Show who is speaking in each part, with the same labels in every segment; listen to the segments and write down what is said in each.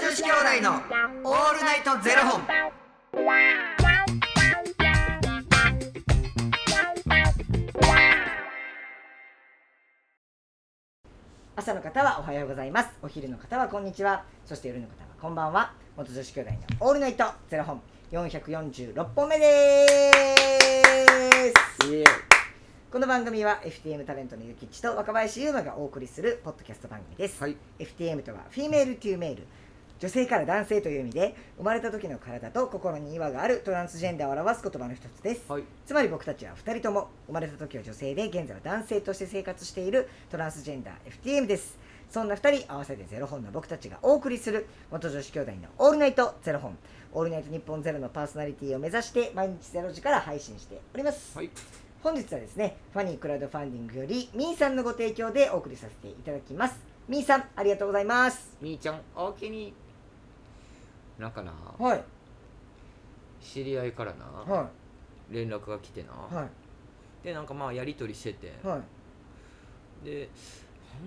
Speaker 1: 子兄弟のオールナイトゼロ本。
Speaker 2: 朝の方はおはようございますお昼の方はこんにちはそして夜の方はこんばんは元女子兄弟のオールナイトゼロ本446本目ですこの番組は FTM タレントのゆきっちと若林優馬がお送りするポッドキャスト番組です、
Speaker 1: はい
Speaker 2: FTM とはフィメールトゥーメール女性から男性という意味で生まれた時の体と心に違和があるトランスジェンダーを表す言葉の一つです
Speaker 1: はい。
Speaker 2: つまり僕たちは2人とも生まれた時は女性で現在は男性として生活しているトランスジェンダー FTM ですそんな2人合わせてゼロ本の僕たちがお送りする元女子兄弟の「オールナイトゼロ本」「オールナイト日本ゼロのパーソナリティを目指して毎日ゼロ時から配信しております、
Speaker 1: はい。
Speaker 2: 本日はですねファニークラウドファンディングよりみーさんのご提供でお送りさせていただきますみーさんありがとうございます
Speaker 1: みーちゃん、おおきに。なんかな、
Speaker 2: はい
Speaker 1: 知り合いからな、
Speaker 2: は
Speaker 1: 連絡が来てな。
Speaker 2: いは
Speaker 1: で、なんかまあ、やりとりしてて。
Speaker 2: いはい
Speaker 1: で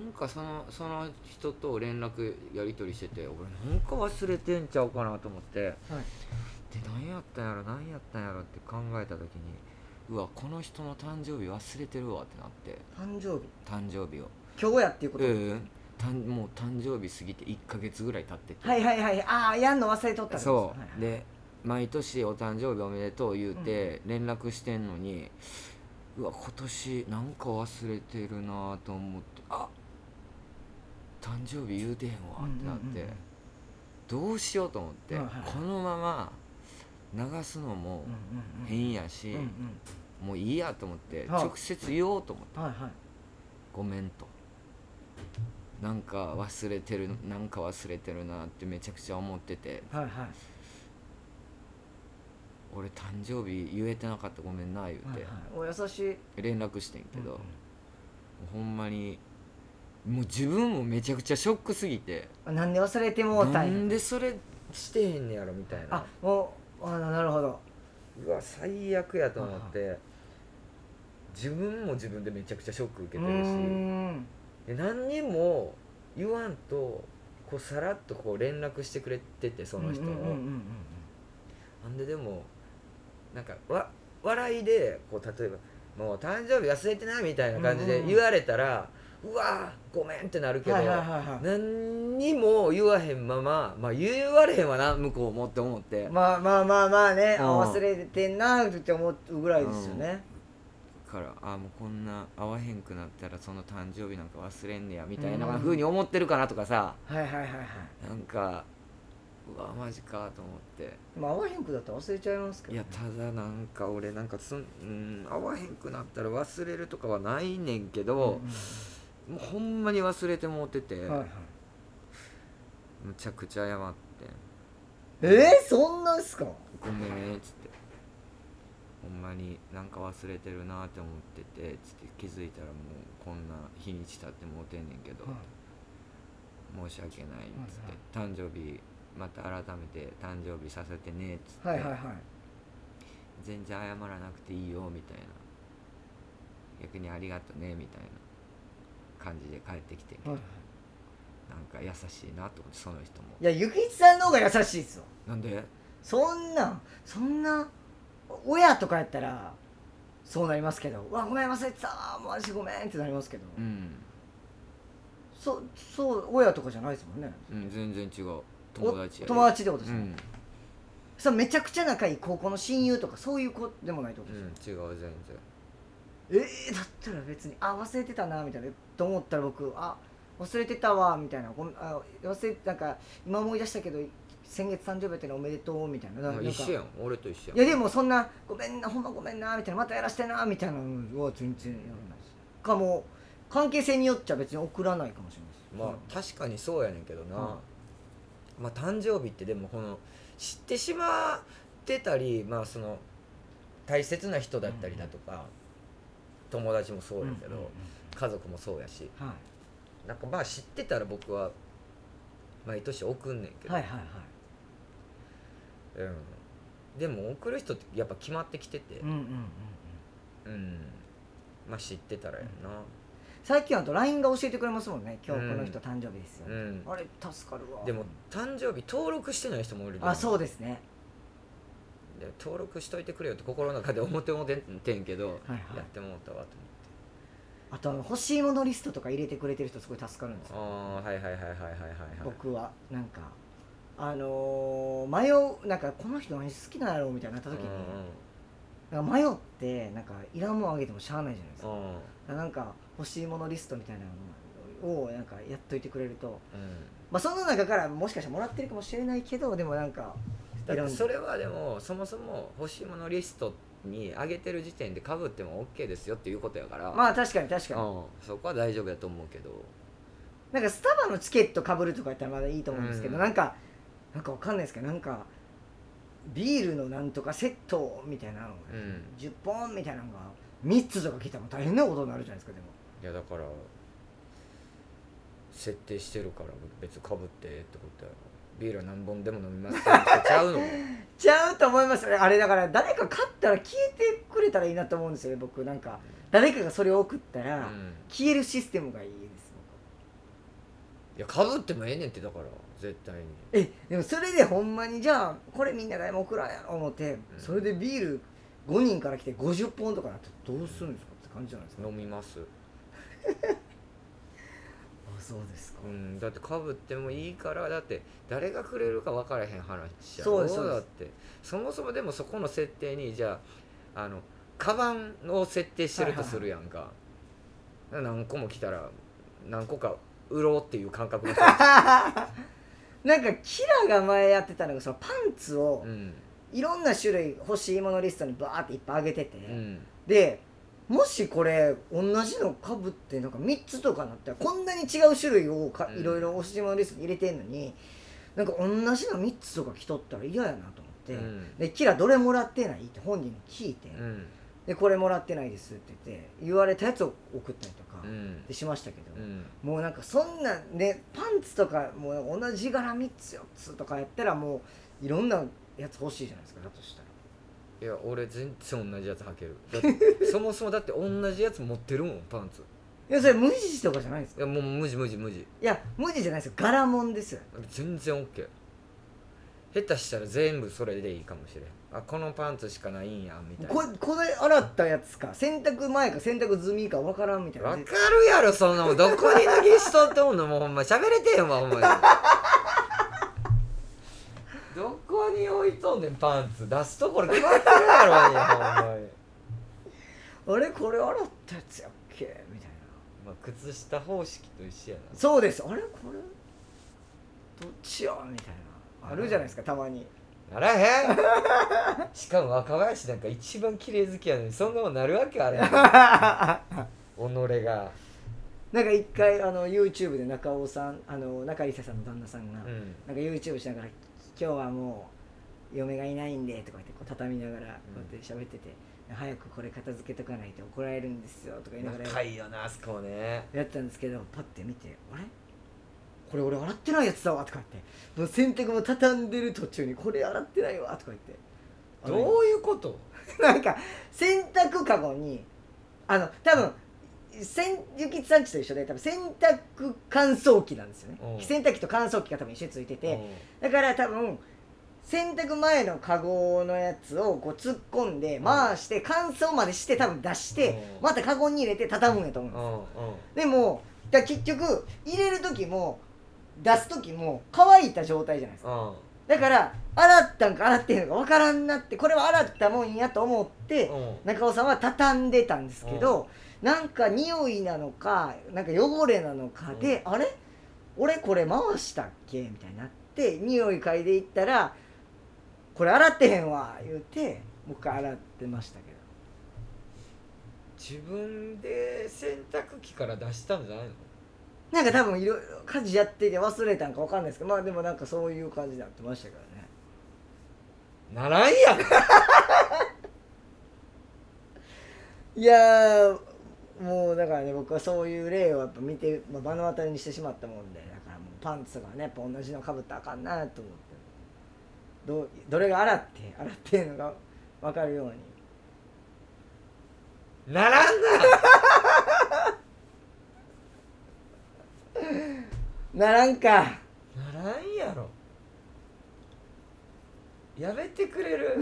Speaker 1: なんかそのその人と連絡やり取りしてて俺なんか忘れてんちゃうかなと思って、で何やったんやろ何やったんやろって考えた時にうわこの人の誕生日忘れてるわってなって
Speaker 2: 誕生日
Speaker 1: 誕生日を
Speaker 2: 今日やっていうこと、
Speaker 1: うんたんもう誕生日過ぎて1ヶ月ぐらい経ってて、
Speaker 2: はいはいはいああやんの忘れとったんです
Speaker 1: そう、
Speaker 2: はいはい
Speaker 1: で毎年お誕生日おめでとう言うて連絡してんのに、うわ今年なんか忘れてるなと思ってあ誕生日言うてへんわってなって、
Speaker 2: うんうんうん
Speaker 1: どうしようと思って、
Speaker 2: はいはい
Speaker 1: このまま流すのも
Speaker 2: うん
Speaker 1: 変やし、
Speaker 2: うんうん
Speaker 1: もういいやと思って、
Speaker 2: はい
Speaker 1: 直接言おうと思って。
Speaker 2: うんはいはい
Speaker 1: ごめんとなんか忘れてるなんか忘れてるなってめちゃくちゃ思ってて
Speaker 2: はいはい
Speaker 1: 俺誕生日言えてなかったごめんな言う
Speaker 2: は
Speaker 1: て
Speaker 2: い、はいお優しい
Speaker 1: 連絡してんけど、
Speaker 2: うんうん
Speaker 1: ほんまにもう自分もめちゃくちゃショックすぎて
Speaker 2: あなんで忘れてもうた
Speaker 1: な
Speaker 2: や
Speaker 1: んんでそれしてへんねやろみたいな
Speaker 2: あもうあなるほど
Speaker 1: うわ最悪やと思って自分も自分でめちゃくちゃショック受
Speaker 2: う
Speaker 1: けてるし
Speaker 2: ーん
Speaker 1: で何にも言わんとこうさらっとこう連絡してくれててその人を、
Speaker 2: うんうんうんうん
Speaker 1: なんででもなんかわ笑いでこう例えば「もう誕生日忘れてない」みたいな感じ
Speaker 2: うんうん
Speaker 1: で
Speaker 2: うん
Speaker 1: 言われたら「うわーごめん」ってなる
Speaker 2: う
Speaker 1: け
Speaker 2: ん
Speaker 1: ど、
Speaker 2: はいはいはいは
Speaker 1: 何にも言わへんまま、まあ、言われへんわな向こうもって思って、
Speaker 2: いまあまあまあまあねあ
Speaker 1: うん
Speaker 2: 忘れてんなって思うぐらいですよね
Speaker 1: からあもうこんな会わへんくなったらその誕生日なんか忘れんねやみたいな
Speaker 2: うん
Speaker 1: ふうに思ってるかなとかさ、
Speaker 2: はいはいはいはい
Speaker 1: なんかうわマジかと思って。
Speaker 2: でも会わへんくだったら忘れちゃいますけど
Speaker 1: いやただなんか俺なんかそんうん会わへんくなったら忘れるとかはないねんけど、もうほんまに忘れてもうてて、
Speaker 2: うんはいはい
Speaker 1: むちゃくちゃ謝って
Speaker 2: えーそんなんっすか
Speaker 1: 「ごめんね」っつって「ほんまになんか忘れてるな」って思っててつって気づいたらもうこんな日にち経ってもうてんねんけど、申し訳ない」っつって「誕生日また改めて誕生日させてね」っつって、
Speaker 2: はいはいはい
Speaker 1: 全然謝らなくていいよみたいな逆にありがとねみたいな感じで帰ってきてんけど、
Speaker 2: はい
Speaker 1: なんか優しいなと思ってその人も
Speaker 2: いやゆきちさんの方が優しいっすよ
Speaker 1: なんで
Speaker 2: そんなんそんな親とかやったらそうなりますけど「うわごめん忘れてたマジごめん」ってなりますけど、
Speaker 1: うん、
Speaker 2: そそう親とかじゃないですもんね
Speaker 1: うん、全然違う
Speaker 2: お
Speaker 1: 友達や
Speaker 2: 友達ってことです
Speaker 1: う
Speaker 2: ね、
Speaker 1: ん、
Speaker 2: それめちゃくちゃ仲いい高校の親友とかそういう子でもないってこと
Speaker 1: う
Speaker 2: です
Speaker 1: ん
Speaker 2: よ、、
Speaker 1: 違う全然
Speaker 2: えー、だったら別に「あ忘れてたな」みたいなと思ったら僕「あ忘れてたわ」みたいな「ごめんあ忘れなんか今思い出したけど先月誕生日やったのおめでとう」みたいなな
Speaker 1: ま
Speaker 2: な
Speaker 1: あ
Speaker 2: んか
Speaker 1: 一緒やん俺と一緒
Speaker 2: い
Speaker 1: や
Speaker 2: や
Speaker 1: ん
Speaker 2: でもそんな「ごめんなほんまごめんな」みたいな「またやらしてな」みたいなのは全然やらないですかもう関係性によっちゃ別に送らないかもしれないです
Speaker 1: まあ確かにそうやねんけどな、
Speaker 2: は
Speaker 1: まあ誕生日ってでもこの知ってしまってたりまあその大切な人だったりだとか、友達もそうやけど、
Speaker 2: うんうん
Speaker 1: 家族もそうやし
Speaker 2: うんは
Speaker 1: なんかまあ知ってたら僕は毎年送んねんけ
Speaker 2: い、
Speaker 1: ど、
Speaker 2: はいはいはい
Speaker 1: うん、でも送る人ってやっぱ決まってきてて
Speaker 2: うんうんうんうん
Speaker 1: うんまあ知ってたらやな
Speaker 2: 最近はあと LINE が教えてくれますもんね今日この人
Speaker 1: う
Speaker 2: 誕生日ですよ、
Speaker 1: うん
Speaker 2: あれ助かるわ
Speaker 1: でも誕生日登録してない人もいる
Speaker 2: あそう
Speaker 1: で
Speaker 2: ですね
Speaker 1: 登録しといてくれよって心の中で思ってもうてんてんけど、
Speaker 2: はいはい
Speaker 1: やってもうたわと
Speaker 2: あとあの欲しいものリストとか入れてくれてる人すごい助かるんですよ
Speaker 1: 思ってああはいはいはいはいはいはいはい
Speaker 2: 僕はなんかあのー迷うなんかこの人何好きなんやろうみたいになった時になんか迷ってなんかいらんもんあげてもしゃあないじゃないです
Speaker 1: う
Speaker 2: か
Speaker 1: んうんうん
Speaker 2: なんか欲しいものリストみたいなのをなんかやっといてくれると、
Speaker 1: うん
Speaker 2: まあ、その中からもしかしたらもらってるかもしれないけどでもなんか
Speaker 1: だって
Speaker 2: 選んで
Speaker 1: それはでもそもそも欲しいものリストに上げてる時点でかぶっても OK ですよっていうことやから、
Speaker 2: まあ確かに確かに
Speaker 1: うん、そこは大丈夫やと思うけど
Speaker 2: なんかスタバのチケットかぶるとかやったらまだいいと思うんですけど、
Speaker 1: うん
Speaker 2: なんかなんかわかんないですけどなんかビールのなんとかセットみたいなのが、
Speaker 1: うん
Speaker 2: 10本みたいなのが3つとか来たらもう大変なことになるじゃないですかでも
Speaker 1: いやだから設定してるから別にかぶってってことやろビールは何本でも飲みますからってちゃうの
Speaker 2: ちゃうと思いますあれだから誰か買ったら消えてくれたらいいなと思うんですよね僕なんか誰かがそれを送ったら、
Speaker 1: うん
Speaker 2: 消えるシステムがいいです
Speaker 1: いやかぶってもええねんってだから絶対に
Speaker 2: 僕えでもそれでほんまにじゃあこれみんな誰も送らんやろ思って、
Speaker 1: うん
Speaker 2: それでビール5人から来て50本とかなってどうするんですかって感じじゃないですか、
Speaker 1: 飲みます、
Speaker 2: あそうですか
Speaker 1: うん、だってかぶってもいいからだって誰がくれるか分からへん話や
Speaker 2: そう
Speaker 1: ろ
Speaker 2: ですそうです
Speaker 1: だってそもそもでもそこの設定にじゃああのカバンを設定してるとするやんか、何個も来たら何個か売ろうっていう感覚 が
Speaker 2: なんかキラが前やってたのがそのパンツを
Speaker 1: うん
Speaker 2: いろんな種類欲しいものリストにバーっていっぱいあげてて、
Speaker 1: うん
Speaker 2: でもしこれ同じのかぶってなんか3つとかなったらこんなに違う種類をか
Speaker 1: うん
Speaker 2: いろいろ欲しいものリストに入れてんのになんか同じの3つとか着とったら嫌やなと思って、
Speaker 1: うん
Speaker 2: でキラどれもらってないって本人に聞いて、
Speaker 1: うん
Speaker 2: でこれもらってないですって言って言われたやつを送ったりとか
Speaker 1: う、ん
Speaker 2: でしましたけど、
Speaker 1: うん
Speaker 2: もうなんかそんなねパンツとかもう同じ柄3つ4つとかやったらもういろんなやつ欲しいじゃないですかだとしたら
Speaker 1: いや俺全然同じやつ履けるだってそもそもだって同じやつ持ってるもんパンツ
Speaker 2: いやそれ無地とかじゃないんですか
Speaker 1: いやもう無地無地無地
Speaker 2: いや無地じゃないですよ柄もんですよ
Speaker 1: 全然 OK 下手したら全部それでいいかもしれんあこのパンツしかないんやみたいな
Speaker 2: ここれ洗ったやつか洗濯前か洗濯済みか分からんみたいな
Speaker 1: わかるやろそんなもんどこに脱ぎしとってもんのもうほんま喋れてんわお前どこに置いとんねんパンツ出すところ決まってるやろにほんまに、
Speaker 2: あれこれ洗ったやつやっけみたいな
Speaker 1: まあ、靴下方式と一緒やな
Speaker 2: そうですあれこれどっちやみたいなあるじゃないですかたまに
Speaker 1: ならへんしかも若林なんか一番綺麗好きやのにそんなもんなるわけあれ己が
Speaker 2: なんか一回あの YouTube で中尾さんあの中里沙さんの旦那さんが、
Speaker 1: うん
Speaker 2: なんか YouTube しながら「今日はもう嫁がいないんで」とか言ってこう畳みながらこうやって喋ってて、早くこれ片付けとかないと怒られるんですよ」とか言いながら
Speaker 1: 仲いいよなあそこもね
Speaker 2: やったんですけどパッて見て「あれこれ俺洗ってないやつだわ」とか言ってもう洗濯も畳んでる途中に「これ洗ってないわ」とか言って
Speaker 1: どういうこと
Speaker 2: う なんか洗濯かごにあの多分洗ゆきつさんちと一緒で多分洗濯乾燥機なんですよね
Speaker 1: うん
Speaker 2: 洗濯機と乾燥機が多分一緒についててだから多分洗濯前のカゴのやつをこう突っ込んで回して乾燥までして多分出して
Speaker 1: うん
Speaker 2: またカゴに入れて畳むんやと思うん
Speaker 1: う
Speaker 2: です
Speaker 1: ん
Speaker 2: よ
Speaker 1: うんうん
Speaker 2: でもだから結局入れる時も出す時も乾いた状態じゃないですか
Speaker 1: うん
Speaker 2: だから洗ったんか洗ってへんのか分からんなってこれは洗ったもんやと思って
Speaker 1: うん
Speaker 2: 中尾さんは畳んでたんですけどなんか匂いなのかなんか汚れなのかであれ俺これ回したっけみたいになって匂い嗅いでいったらこれ洗ってへんわ言うてもう一回洗ってましたけど
Speaker 1: 自分で洗濯機から出したんじゃないの
Speaker 2: なんか多分いろいろ家事やってて忘れたんかわかんないですけどまあでもなんかそういう感じになってましたからね
Speaker 1: ならんやん
Speaker 2: いやーもうだからね僕はそういう例をやっぱ見て、まあ、目の当たりにしてしまったもんでだからもうパンツとかねやっぱ同じのかぶったらあかんなと思ってどうどれが洗って洗ってんのが分かるように
Speaker 1: ならんな
Speaker 2: ならんか
Speaker 3: ならんやろやめてくれ る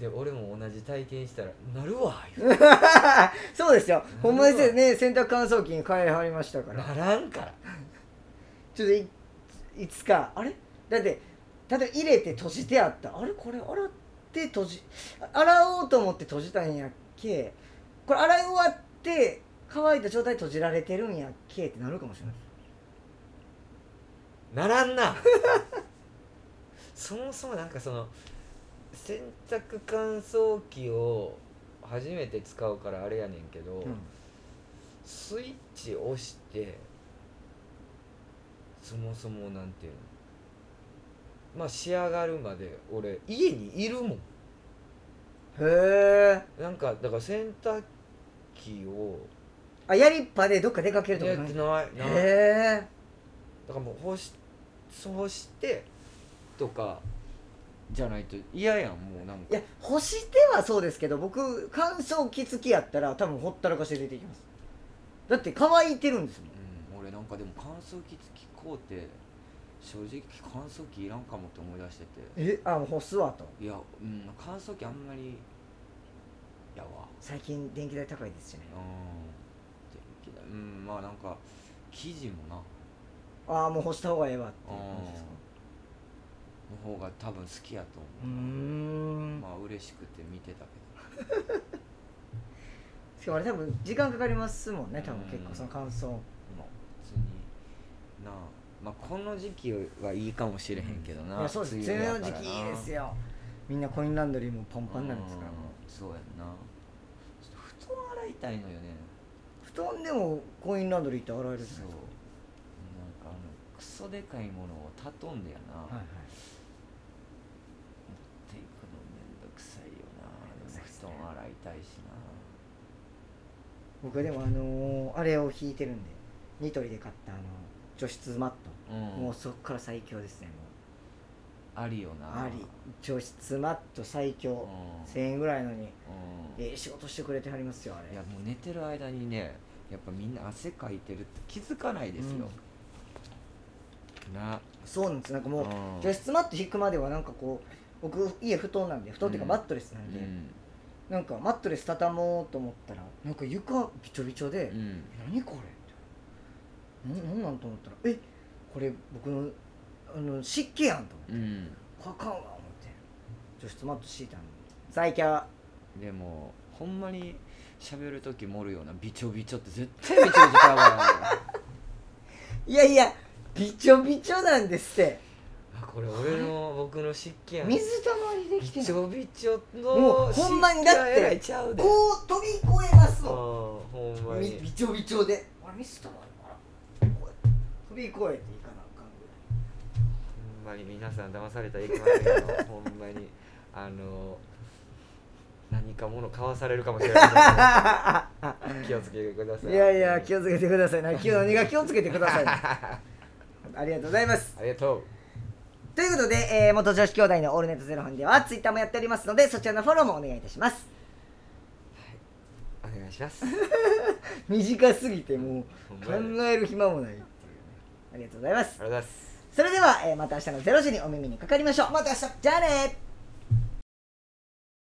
Speaker 3: で俺も同じ体験したら「なるわ」 言うて
Speaker 2: そうですよ
Speaker 3: ほ
Speaker 2: ほん
Speaker 3: ん
Speaker 2: ま
Speaker 3: ま
Speaker 2: で
Speaker 3: ですすよ
Speaker 2: ね洗濯乾燥機に変えはりましたから
Speaker 3: ならんから
Speaker 2: ちょっといいつかあれだって例えば入れて閉じてあったあれこれ洗って閉じ洗おうと思って閉じたんやっけこれ洗い終わって乾いた状態で閉じられてるんやっけってなるかもしれない
Speaker 3: ならんな そもそもなんかその洗濯乾燥機を初めて使うからあれやねんけど、スイッチ押してそもそもなんていうのまあ仕上がるまで俺家にいるもん
Speaker 2: へえ
Speaker 3: なんかだから洗濯機を
Speaker 2: あやりっぱでどっか出かけ
Speaker 3: や
Speaker 2: る
Speaker 3: っ
Speaker 2: と
Speaker 3: て
Speaker 2: か
Speaker 3: な
Speaker 2: ないいへ
Speaker 3: ない
Speaker 2: え
Speaker 3: だからもう干し干してとかじゃないと嫌やんもうなん
Speaker 2: い
Speaker 3: か
Speaker 2: や干してはそうですけど僕乾燥機付きやったら多分ほったらかして出てきますだって乾いてるんですもん
Speaker 1: うん、俺なんかでも乾燥機付きこうて正直乾燥機いらんかもって思い出してて
Speaker 2: えあもう干すわと
Speaker 1: いや、うん、乾燥機あんまりやわ
Speaker 2: 最近電気代高いですしね
Speaker 1: うん電気代うんまあなんか生地もな
Speaker 2: ああもう干した方がええわっていう感じですか
Speaker 1: の方が多分好きやと
Speaker 2: うー
Speaker 1: 思う、
Speaker 2: ん
Speaker 1: まあ嬉しくて見てたけ
Speaker 2: しかもあれ多分時間かかりますもんね多分
Speaker 1: うん
Speaker 2: 結構その乾燥も
Speaker 1: ど別になあまあこの時期はいいかもしれへんけどな、
Speaker 2: いやそうです梅
Speaker 1: 梅
Speaker 2: 雨
Speaker 1: 雨
Speaker 2: の時期いいです
Speaker 1: よ
Speaker 2: よみんなコインランドリーもパンパンなんですから
Speaker 1: そうやんなちょっと布団洗いたいのよね
Speaker 2: 布団でもコインランドリーって洗えるんです
Speaker 1: そう
Speaker 2: よ
Speaker 1: なんかあのクソでかいものを畳んでやな、
Speaker 2: はいはい
Speaker 1: 持っていくのめんどくさいよな
Speaker 2: めんどくさいっす
Speaker 1: で
Speaker 2: ね
Speaker 1: も布団洗いたいしな
Speaker 2: 僕はでもあのーあれを引いてるんでニトリで買ったあの除湿マット
Speaker 1: うん
Speaker 2: もうそこから最強ですねも
Speaker 1: ありよ
Speaker 2: う
Speaker 1: な
Speaker 2: あり除湿マット最
Speaker 1: うん
Speaker 2: 強1000円ぐらいのにええ仕事してくれてはりますよあ
Speaker 1: うん、い
Speaker 2: れ
Speaker 1: やもう寝てる間にねやっぱみんな汗かいてるって気づかないですよ、な
Speaker 2: そうなんですなんかもう
Speaker 1: うん
Speaker 2: 除湿マット引くまではなんかこう僕家布団なんで布団っていうか
Speaker 1: うん
Speaker 2: マットレスな
Speaker 1: うん
Speaker 2: で、
Speaker 1: ん、
Speaker 2: なんかマットレス畳もうと思ったらなんか床びちょびちょで
Speaker 1: う、ん、
Speaker 2: 何これみたいなななんなんと思ったらえこれ僕のあの湿気やんと思って、
Speaker 1: うん
Speaker 2: これあかんわ思って除湿マット敷いたの最強
Speaker 1: でもほんまに喋る時盛るようなびちょびちょって絶対びちょびちょちゃうわ
Speaker 2: いやいやびちょびちょなんですって
Speaker 3: あこれ俺の僕の湿気やん
Speaker 2: 水たまりできて
Speaker 3: び
Speaker 2: ない
Speaker 3: ち
Speaker 2: こ
Speaker 3: ょびちょ
Speaker 2: も
Speaker 3: の
Speaker 2: うほんまにだって
Speaker 3: 湿気はえらいちゃうで
Speaker 2: う飛び越えます
Speaker 3: あ
Speaker 2: もん
Speaker 3: ーほんま
Speaker 2: み
Speaker 3: に
Speaker 2: びちょびちょであれミスターあれこうやって飛び越えていかなあかんぐら
Speaker 3: ほんまに皆さん騙されたらいけませんよほんまにあの何か物買わされるかもしれない 気をつけてください
Speaker 2: いいやいや気
Speaker 3: を
Speaker 2: をつけてくださいな気を何が気をつけてくださ いな ありがとうございます
Speaker 3: ありがとう
Speaker 2: ということで、えー元女子兄弟の「オールネットゼロ本ではツイッターもやっておりますのでそちらのフォローもお願いいたします
Speaker 3: お願いします
Speaker 2: 短すぎてもう
Speaker 3: ほん
Speaker 2: 考
Speaker 3: まやね
Speaker 2: える暇もないっていうねありがとうございます
Speaker 3: ありがとうございます
Speaker 2: それでは、えーまた明日の「ゼロ時にお耳にかかりましょうまた明日じゃあね